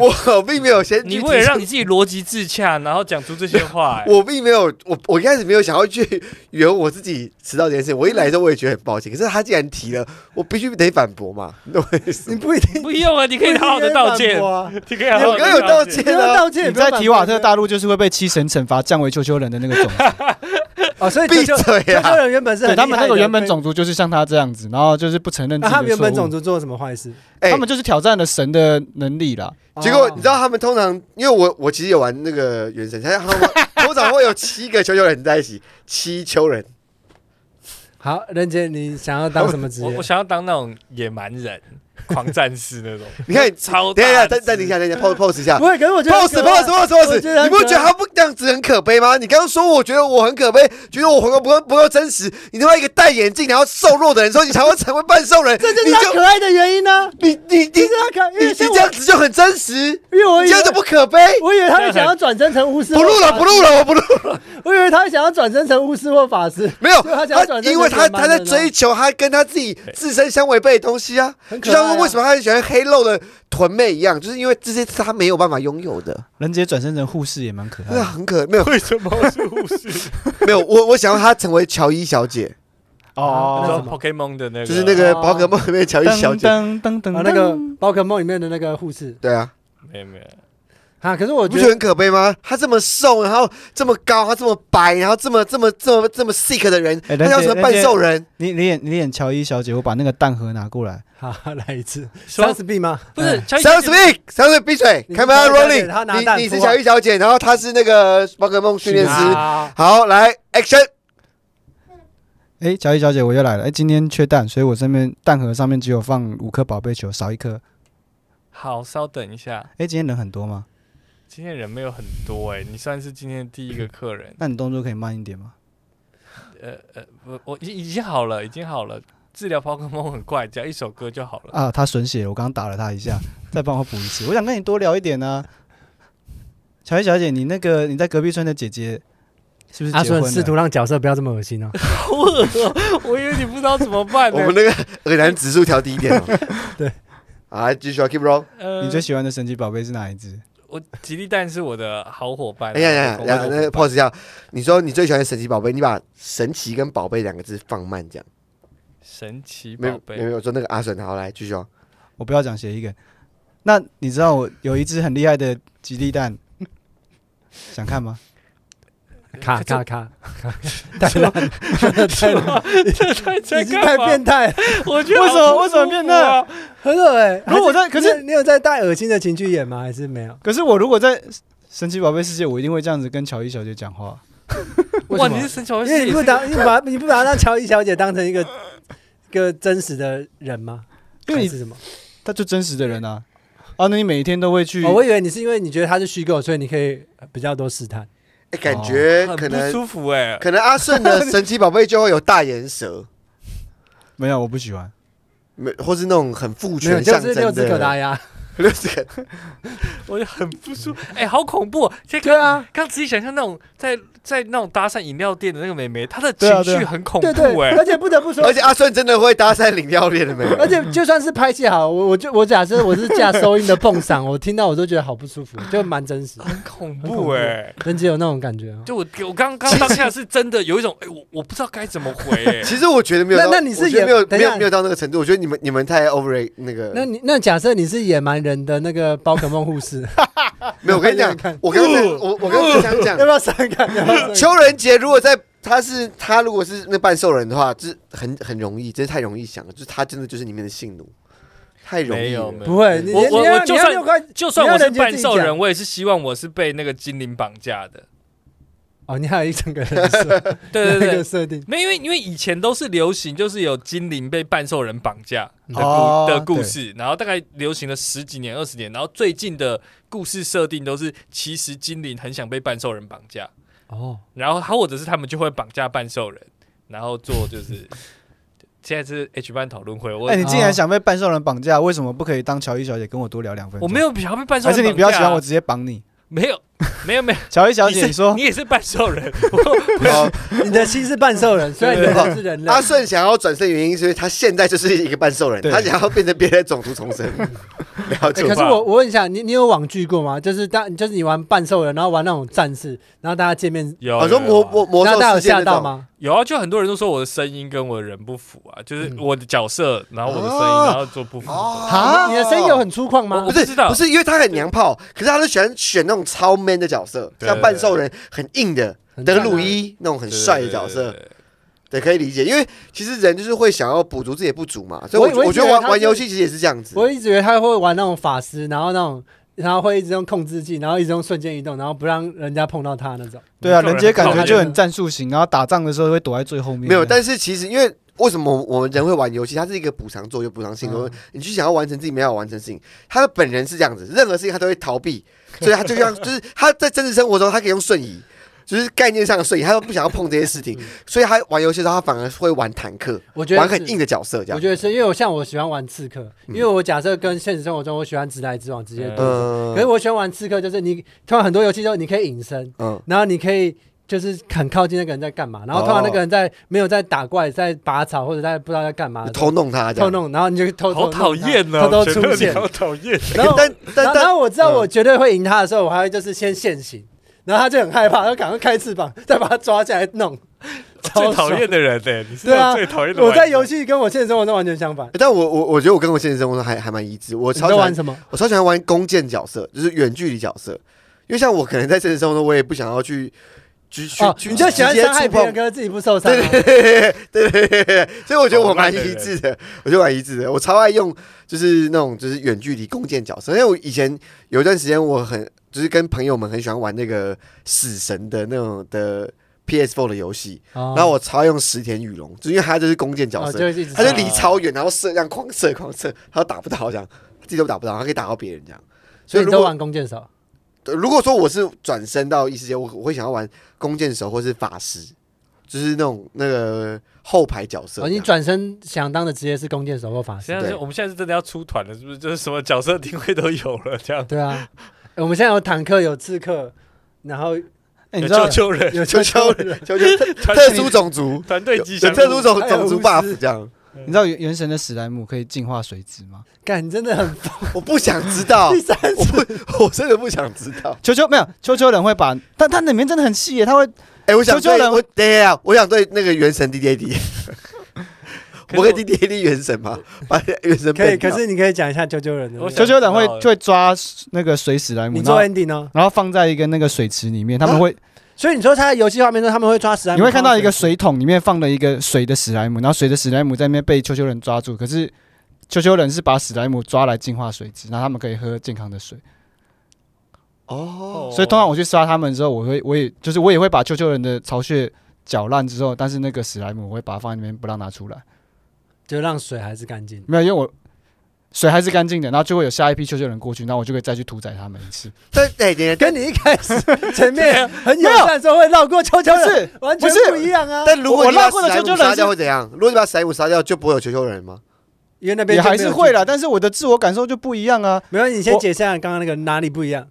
S4: 有我并没有先去
S2: 你
S4: 提
S2: 为了让你自己逻辑自洽，然后讲出这些话，哎
S4: 我并没有，我我一开始没有想要去圆我自己迟到这件事。我一来的时候我也觉得很抱歉，可是他既然提了，我必须得反驳嘛。你懂我意思
S1: 你
S4: 吗
S1: 不一 定
S2: 不用啊，你可以好好的道歉，
S1: 啊
S2: 你可以好好
S4: 我
S2: 的
S4: 刚刚有道
S2: 歉。
S4: 歉
S1: 不要
S4: 啊，
S1: 道歉，
S3: 你在提瓦特大陆就是会被七神惩罚降为丘丘人的那个种族，
S1: 哦，所以
S4: 闭
S1: 这就
S4: 嘴
S1: 这
S4: 啊！
S1: 就人原本是
S3: 对
S1: 很
S3: 他们那
S1: 厉害
S3: 个
S1: 的
S3: 原本，种族就是像他这样子，然后就是不承认自
S1: 那啊
S3: 己
S1: 他
S3: 的
S1: 们原本
S3: 错
S1: 种
S3: 误，
S1: 族做了什么坏事？
S4: 哎
S3: 他们就是挑战了神的能力啦。
S4: 结果
S1: 哦
S4: 你知道他们通常，因为我我其实有玩那个原神，他他们通常会有七个球球人在一起，七球人。
S1: 好，任杰，你想要当什么职
S2: 我
S1: 业
S2: 我？想要当那种野蛮人、狂战士那种。
S4: 你看
S2: 超
S4: 等一
S2: 大
S4: 下，
S2: 只
S4: 暂暂停一下，等一下，pose pose 一下
S1: 不会，可是我觉得
S4: ，pose
S1: 很可爱
S4: pose pose
S1: 我觉得
S4: pose，你
S1: 很
S4: 不
S1: 可
S4: 觉得他不这样子很可悲吗？你刚刚说我觉得我很可悲，觉得我活得不够不够真实，你他妈一个戴眼镜然后瘦弱的人，说你才会成为半兽人，
S1: 这就是
S4: 你
S1: 他
S4: 就
S1: 可爱的原因呢。
S4: 你你你
S1: 这是他可爱，因
S4: 你
S1: 为
S4: 你
S1: 像
S4: 这
S1: 我
S4: 样，子就很真实，
S1: 因为我
S4: 这
S1: 以
S4: 样
S1: 为
S4: 就不可悲。
S1: 我以为他们想要转身成巫师，
S4: 不录了，不，录了，我不录。
S1: 我以为他们想要转身成巫师或法师，
S4: 没有，
S1: 所以他想要
S4: 他
S1: 转身
S4: 哦因为
S1: 成
S4: 他
S1: 野蛮
S4: 他在
S1: 人啊
S4: 追求他跟他自己自身相违背的东西啊，
S1: 很可
S4: 就
S1: 爱啊
S4: 像为什么他很喜欢黑肉的臀妹一样，就是因为这些是他没有办法拥有的，
S3: 人杰转身成护士也蛮可爱
S1: 啊
S4: 那
S3: 的，
S4: 很可没有
S2: 为什么是护士？
S4: 没有，我我想要他成为乔伊小姐，
S1: 哦
S2: 你
S1: 那
S2: 说
S1: 什么
S2: Pokemon 的那个，
S4: 就是那个
S1: 哦
S4: 宝可梦里面的乔伊小
S3: 噔
S4: 姐，
S3: 噔噔噔
S1: 啊，那个宝可梦里面的那个护士
S4: 对啊，
S2: 没有没有，
S1: 啊，可是我
S4: 你不
S1: 觉
S4: 觉得
S1: 得
S4: 很可悲吗？他这么瘦，然后这么高，他这么白，然后这么这么这么这么 sick 的人，他
S3: 哎人家
S4: 要成为半兽人，
S3: 你你演你演乔伊小姐，我把那个蛋盒拿过来，
S1: 好来一次
S2: 说
S1: 三十 B 吗？
S2: 不是乔伊
S4: 小
S2: 小
S4: 史
S2: 姐
S4: 密，小史闭嘴，
S1: 你是
S4: 开门啊
S1: 乔伊小姐她拿
S4: ，Rolling，
S1: 蛋
S4: 你你是
S1: 孵化
S4: 小伊小姐，然后他是那个宝可梦训练师，
S1: 啊
S4: 好，来 action。
S3: 哎，乔伊小姐我又来了，哎，今天缺蛋，所以我这边蛋盒上面只有放五颗宝贝球，少一颗。
S2: 好，稍等一下，
S3: 哎，今天人很多吗？
S2: 今天人没有很多哎，你算是今天第一个客人，
S3: 那你动作可以慢一点吗？
S2: 呃呃， 我我已已经好了，已经好了。治疗 Pokemon 很快，只要一首歌就好了。
S3: 啊，他损血了，我刚刚打了他一下，再帮我补一次。我想跟你多聊一点呢、乔伊小姐，你那个你在隔壁村的姐姐是不是
S1: 阿
S3: 结婚
S1: 顺
S3: 了？
S1: 试图让角色不要这么恶心哦。
S2: 好恶哦， 我以为你不知道怎么办
S4: 我
S2: 呢。
S4: 们那个耳男指数调低一点、哦。
S1: 对，
S4: 好，继续啊，keep roll。
S2: 呃
S3: 你最喜欢的神奇宝贝是哪一只？
S2: 我吉利蛋是我的好伙伴啊。
S4: 哎呀呀
S2: 我的
S4: 呀，
S2: 好
S4: 那个
S2: 伙伴
S4: pose 一下。你说你最喜欢神奇宝贝，你把“神奇”跟“宝贝”两个字放慢讲。
S2: 神奇宝
S4: 没有没有
S2: 贝
S4: 没有，我说那个阿顺，好来继续哦。
S3: 我不要讲谐音梗。那你知道我有一只很厉害的吉利蛋，想看吗？
S1: 卡卡卡，太烂了， 太烂了，
S2: 在
S1: 已
S2: 在
S1: 经太
S2: 干嘛？
S1: 变态了，
S2: 我觉得
S3: 为什么
S2: 好不
S3: 为什么
S2: 舒
S3: 变
S2: 服啊
S1: 很恶哎。
S3: 如果我在
S1: 还
S3: 可是
S1: 你有你有在带恶心的情绪演吗？还是没有？
S3: 可是我如果在神奇宝贝世界，我一定会这样子跟乔伊小姐讲话。
S1: 为
S2: 哇，
S1: 什么
S2: 你是神奇宝贝
S1: 因为
S2: 世
S1: 你
S2: 界
S1: 不当你不把你不把让乔伊小姐当成一个一个真实的人吗？
S3: 因
S1: 还
S3: 为你
S1: 是什么？
S3: 她就真实的人啊，啊，那你每天都会去
S1: 哦，我以为你是因为你觉得他是虚构，所以你可以比较多试探。
S4: 哎，感觉
S2: 哦很
S4: 可
S2: 不
S4: 能
S2: 舒服哎、
S4: 可能阿 顺的神奇宝贝就会有大眼蛇，
S3: 没有？我不喜欢。
S4: 没或是那种很父
S1: 没有，
S4: 权
S1: 就
S4: 象
S1: 是
S4: 征
S1: 六
S4: 的
S1: 只可达鸭。
S4: 六只可
S2: 我就很不舒服，哎、好恐怖、哦！现在
S1: 对啊，
S2: 刚仔细想象那种在在那种搭讪饮料店的那个美眉，她的
S3: 对啊
S2: 情
S3: 对啊
S2: 绪很恐
S1: 对对
S2: 怖哎、，
S1: 而且不得不说，
S4: 而且阿顺真的会搭讪领料链的没有？
S1: 而且就算是拍戏好，我我就我假设我是 架收音的碰嗓，我听到我都觉得好不舒服，就蛮真实。
S2: 很恐
S1: 很恐
S2: 怖
S1: 怖
S2: 哎、
S1: 人杰有那种感觉哦。
S2: 就我我刚刚当下是真的有一种哎、我我不知道该怎么回 哎、
S4: 其实我觉得没有到，
S1: 那那你是
S4: 我觉得
S1: 也
S4: 没有
S1: 等
S4: 没
S1: 一下
S4: 有没有到那个程度。我觉得你们你们太 over 那个。
S1: 那你那假设你是野蛮人的那个宝可梦护 士，
S4: 没有，我跟你讲
S1: 你看，
S4: 我刚才我我刚才想 讲
S1: 要不，要删看？要不要删
S4: 邱仁杰如果在他是他如果是那半兽人的话，就是很很容易，真是太容易想了，就是他真的就是里面的性奴，太容
S2: 没
S4: 易
S2: 有
S4: 了。
S2: 没有，
S1: 不会，你
S2: 我
S1: 你
S2: 我
S1: 要
S2: 我就
S1: 你要
S2: 算
S1: 六块
S2: 就算我是
S1: 你要人家
S2: 半
S1: 自己
S2: 兽
S1: 讲
S2: 人，我也是希望我是被那个精灵绑架的。
S1: 哦，你还有一整个人设，那
S2: 对对 对
S1: 个，设定
S2: 没有，因为因为以前都是流行，就是有精灵被半兽人绑架的故、
S3: 哦
S2: 的故
S3: 对
S2: 事，然后大概流行了十几年、二十年，然后最近的故事设定都是其实精灵很想被半兽人绑架，
S1: 哦，
S2: 然后他或者是他们就会绑架半兽人，然后做就是现在是 H 班讨论会，我、
S3: 哎、你竟然想被半兽人绑架，为什么不可以当乔伊小姐跟我多聊两分
S2: 我
S3: 钟？
S2: 没有想要被半兽
S3: 还
S2: 人绑架啊，
S3: 是你比较喜欢我直接绑你？
S2: 没有没有没 有，
S3: 乔伊小姐，
S2: 是
S3: 你说
S2: 你也是半兽人，
S4: 好
S1: 你的心是半兽人，虽然你的人是人类
S4: 阿，顺想要转身的原因，是因为他现在就是一个半兽人，
S3: 对
S4: 他想要变成别的种族重生。了
S1: 欸
S4: 解
S1: 可是
S2: 吧
S1: 我我问一下，你你有网剧过吗？就是当就是你玩半兽人，然后玩那种战士，然后大家见面，
S2: 有
S4: 哦
S2: 啊
S4: 我说魔魔魔
S1: 然
S4: 兽
S1: 后大家有
S4: 世界
S1: 吓
S4: 那
S1: 到
S4: 种，
S1: 吗？
S2: 有啊，就很多人都说我的声音跟我的人不符啊，就是
S1: 嗯
S2: 我的角色，然后我的声音，
S4: 哦
S2: 然后做不符。
S1: 你你的声音有很粗犷吗
S2: 我
S4: 不？
S2: 不
S4: 是
S2: 知道
S4: 不是，因为他很娘炮，可是他都喜欢选那种超 man 的角色，
S2: 对
S4: 像半兽人很硬的
S1: 很
S4: 德
S1: 赞啊
S4: 鲁，伊那种很帅的角
S2: 对
S4: 色，
S2: 对对对
S4: 对，可以理解。因为其实人就是会想要补足自己的不足嘛，所以
S1: 我
S4: 我觉
S1: 我一直
S4: 我觉得
S1: 以为
S4: 玩
S1: 他
S4: 玩
S1: 是
S4: 游戏其实也是这样子。
S1: 我一直以为他会玩那种法师，然后那种然后会一直用控制技，然后一直用瞬间移动，然后不让人家碰到他那种。
S3: 对啊，
S2: 这种
S3: 人杰感
S1: 很讨
S3: 觉
S1: 厌
S3: 就很战术型，然后打仗的时候会躲在最后面。
S4: 没有，但是其实因为为什么我们人会玩游戏，它是一个补偿作用、补偿性，
S1: 嗯
S4: 你去想要完成自己没有完成的事情。他的本人是这样子，任何事情他都会逃避，所以他就像就是他在真实生活中，他可以用瞬移。就是概念上的瞬移，他都不想要碰这些事情
S1: 嗯，
S4: 所以他玩游戏的时候，他反而会玩坦克，
S1: 我觉得
S4: 玩很
S1: 是
S4: 硬的角色这样。
S1: 我觉得是因为我像我喜欢玩刺客，
S4: 嗯
S1: 因
S4: 呃
S1: 为我假设跟现实生活中我喜欢直来直往直接
S2: 嗯
S1: 对。可是我喜欢玩刺客，就是你通常很多游戏都你可以隐身，
S4: 嗯，
S1: 然后你可以就是很靠近那个人在干嘛，然后通常那个人在没有在打怪，在拔草或者在不知道在干嘛
S4: 你，偷弄他这
S1: 偷
S4: 样。
S1: 弄，然后你就偷偷
S2: 好
S1: 弄他
S2: 讨厌呢，
S1: 偷偷
S2: 我觉得
S1: 出
S2: 你
S1: 现。
S2: 好讨厌。
S1: 然后
S4: 但
S1: 然
S4: 但
S1: 后然
S4: 但
S1: 后我知道
S4: 嗯
S1: 我绝对会赢他的时候，我还会就是先现形，然后他就很害怕，他赶快开翅膀，再把他抓起来弄。
S2: 最
S1: 超
S2: 讨
S1: 爽
S2: 厌的人呢，你是
S1: 对啊
S2: 我最讨厌的玩
S1: 我
S2: 家。
S1: 在游戏跟我现实生活中完全相反。
S4: 但我我我觉得我跟我现实生活中还还蛮一致，我
S1: 你
S4: 超
S1: 在
S4: 喜欢
S1: 玩什么？
S4: 我超喜欢玩弓箭角色，就是远距离角色，因为像我可能在现实生活中，我也不想要去去去
S1: 哦，
S4: 去
S1: 你就喜欢
S4: 直接
S1: 伤害
S4: 触
S1: 别人，
S4: 碰。
S1: 可是自己不受伤啊。
S4: 对对对对，所以我觉得我蛮
S2: 好烂的
S4: 一
S2: 人
S4: 致的，我就蛮一致的。我超爱用就是那种就是远距离弓箭角色，因为我以前有一段时间我很就是跟朋友们很喜欢玩那个死神的那种的 PS4 的游戏，然
S1: 然
S4: 后我超爱用石田羽龙，就是因为他就是弓箭角色，
S1: 哦就一直
S4: 他就
S1: 伤
S4: 离超远，然后射，这样狂射狂射，他都打不到，这样自己都打不到，他可以打到别人这样。
S1: 所
S4: 所
S1: 以你
S4: 以如
S1: 都
S4: 果
S1: 玩弓箭手。
S4: 呃如果说我是转身到异世界，我我会想要玩弓箭手或是法师，就是那种那个后排角色
S1: 哦，
S4: 这样。
S1: 你转身想当的职业是弓箭手或法师。
S2: 现在是
S4: 对
S2: 我们现在是真的要出团了，是不是？就是什么角色定位都有了，这样。
S1: 对啊，欸我们现在有坦克，有刺客，然 后
S3: 哎、你
S2: 有
S3: 知道
S2: 救救人，
S1: 有
S4: 就
S1: 丘丘
S4: 就
S1: 人。
S4: 就就特
S2: 团
S4: 特殊种族，
S2: 团队
S4: 有
S2: 吉
S4: 有
S2: 祥物。
S4: 特殊种
S1: 还有
S4: 种族
S1: 巫师
S4: buff 这样，
S3: 你知道原原神的史莱姆可以净化水质吗？
S1: 干，你真的很
S4: 我不想 知道
S1: 第，三
S4: 我不，我真的不想知 道。
S3: 球球没有，球球人会把，但它里面真的很细耶，他会
S4: 哎，我想
S3: 求救
S4: 对，
S3: 人
S4: 我等一下，我想对那个原神 D D A D，
S2: 可是
S4: 我
S2: 我
S4: 可以 D D A D 原神吗？把原神啊
S1: 可以，
S4: 变
S1: 可
S4: 掉
S1: 是你可以讲一下啾啾人的
S2: 我
S1: 那个。
S3: 球球人会
S2: 想不到
S3: 会抓那个水史莱姆，
S1: 你
S3: 然
S1: 做
S3: 后
S1: ending 哦，
S3: 然后放在一个那个水池里面，他们会、
S1: 所以你说他的游戏画面中他们会抓史莱姆，
S3: 你会看到一个水桶里面放了一个水的史莱姆，然后水的史莱姆在那边被球球人抓住，可是球球人是把史莱姆抓来净化水质，然后他们可以喝健康的水。
S4: 哦，
S3: 所以通常我去杀他们之后，我会我也就是我也会把球球人的巢穴搅烂之后，但是那个史莱姆我会把它放在那边不让它出来，
S1: 就让水还是干净。
S3: 没有，因为我水还是干净的，然后就会有下一批丘丘人过去，然后我就可以再去屠宰他们一次。
S4: 但哎，等一下
S1: 跟你一开始前面很友善的时候会绕过丘丘
S3: 不
S1: 人，
S3: 是，
S1: 完全
S3: 不是
S1: 不一样啊。
S4: 但如果
S3: 我
S4: 你把
S3: 拉过的
S4: 史莱
S3: 球球
S4: 姆
S3: 人
S4: 杀掉
S3: 是
S4: 会怎样？如果你把史莱姆杀掉，就不会有球球人吗？
S1: 因为那边
S3: 也
S1: 就没
S3: 还
S1: 有
S3: 是会
S1: 距
S3: 啦，
S1: 离，
S3: 但是我的自我感受就不一样啊。
S1: 没有你先
S3: 我
S1: 解释下刚刚那个哪里不一样。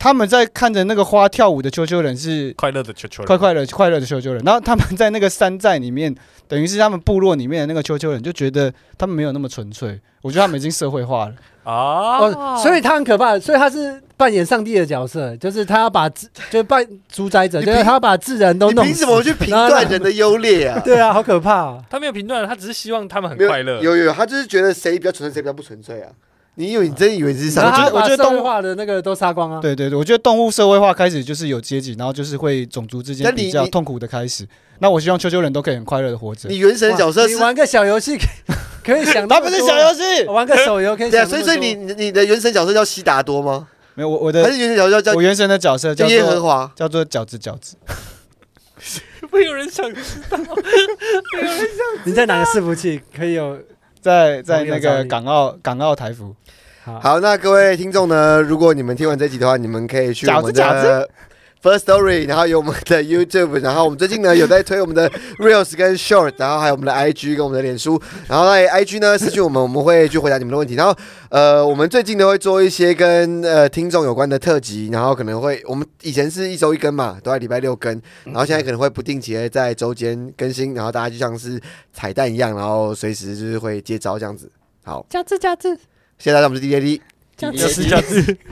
S3: 他们在看着那个花跳舞的丘丘人是
S2: 快乐的球球人，
S3: 快快乐快乐的丘丘人，然后他们在那个山寨里面，等于是他们部落里面的那个丘丘人，就觉得他们没有那么纯粹。我觉得他们已经社会化了，
S2: 啊！
S1: 哦，所以他很可怕，所以他是扮演上帝的角色，就是他要把自，就是扮主宰者，
S4: 你
S1: 就
S4: 凭
S1: 是他要把自然都
S4: 你
S1: 弄
S4: 凭
S1: 死
S4: 什。么去评
S1: 然后
S4: 断人的优劣啊？
S1: 对啊，好可怕 啊！
S2: 他没有评断，他只是希望他们很
S4: 没有
S2: 快乐。
S4: 有有有，他就是觉得谁比较纯粹，谁比较不纯粹啊？你以为你真以为你是
S1: 然
S4: 上
S1: 后
S4: 帝
S1: 他
S3: 我
S1: 把
S3: 觉得我觉得
S1: 社会
S3: 动物
S1: 化的那个都杀光啊。
S3: 对对对，我觉得动物社会化开始就是有阶级，然后就是会种族之间
S4: 但你
S3: 比较
S4: 你
S3: 痛苦的开始。那我希望丘丘人都可以很快乐的活着。
S4: 你原神角色
S1: 哇
S4: 是
S1: 你玩个小游戏可以可以 想那
S3: 他
S1: 么
S3: 不
S1: 多，
S3: 是小游戏，
S1: 玩个手游可以
S4: 对啊，
S1: 想
S4: 所
S1: 那么多。
S4: 以所以你你你的原神角色叫悉达多吗？
S3: 没有我我
S4: 还
S3: 的
S4: 是原神角色叫
S3: 我原神的角色
S4: 叫
S3: 叫
S4: 耶和
S3: 做
S4: 华？
S3: 叫做饺子饺子，
S2: 没有人想
S1: 你在哪个伺服器可以有？
S3: 在在
S1: 我有
S3: 那
S1: 找
S3: 个
S1: 你
S3: 港澳港澳台服。
S1: 好，
S4: 好，那各位听众呢，如果你们听完这集的话，你们可以去我们
S3: 饺子
S4: 的 First Story，然后有我们的 YouTube，然后我们最近呢有在推我们的 Reels 跟 Short，然后还有我们的 IG 跟我们的脸书，然后在 IG 呢私讯我们，我们会去回答你们的问题。然后呃，我们最近呢会做一些跟呃听众有关的特辑，然后可能会我们以前是一周一更嘛，都在礼拜六更，然后现在可能会不定期的在周间更新，然后大家就像是彩蛋一样，然后随时就是会接招这样子。好，
S1: 加字加字
S4: 谢谢大家，我们是 D J D。
S1: 加
S2: 要
S1: 字
S2: 是。这样子。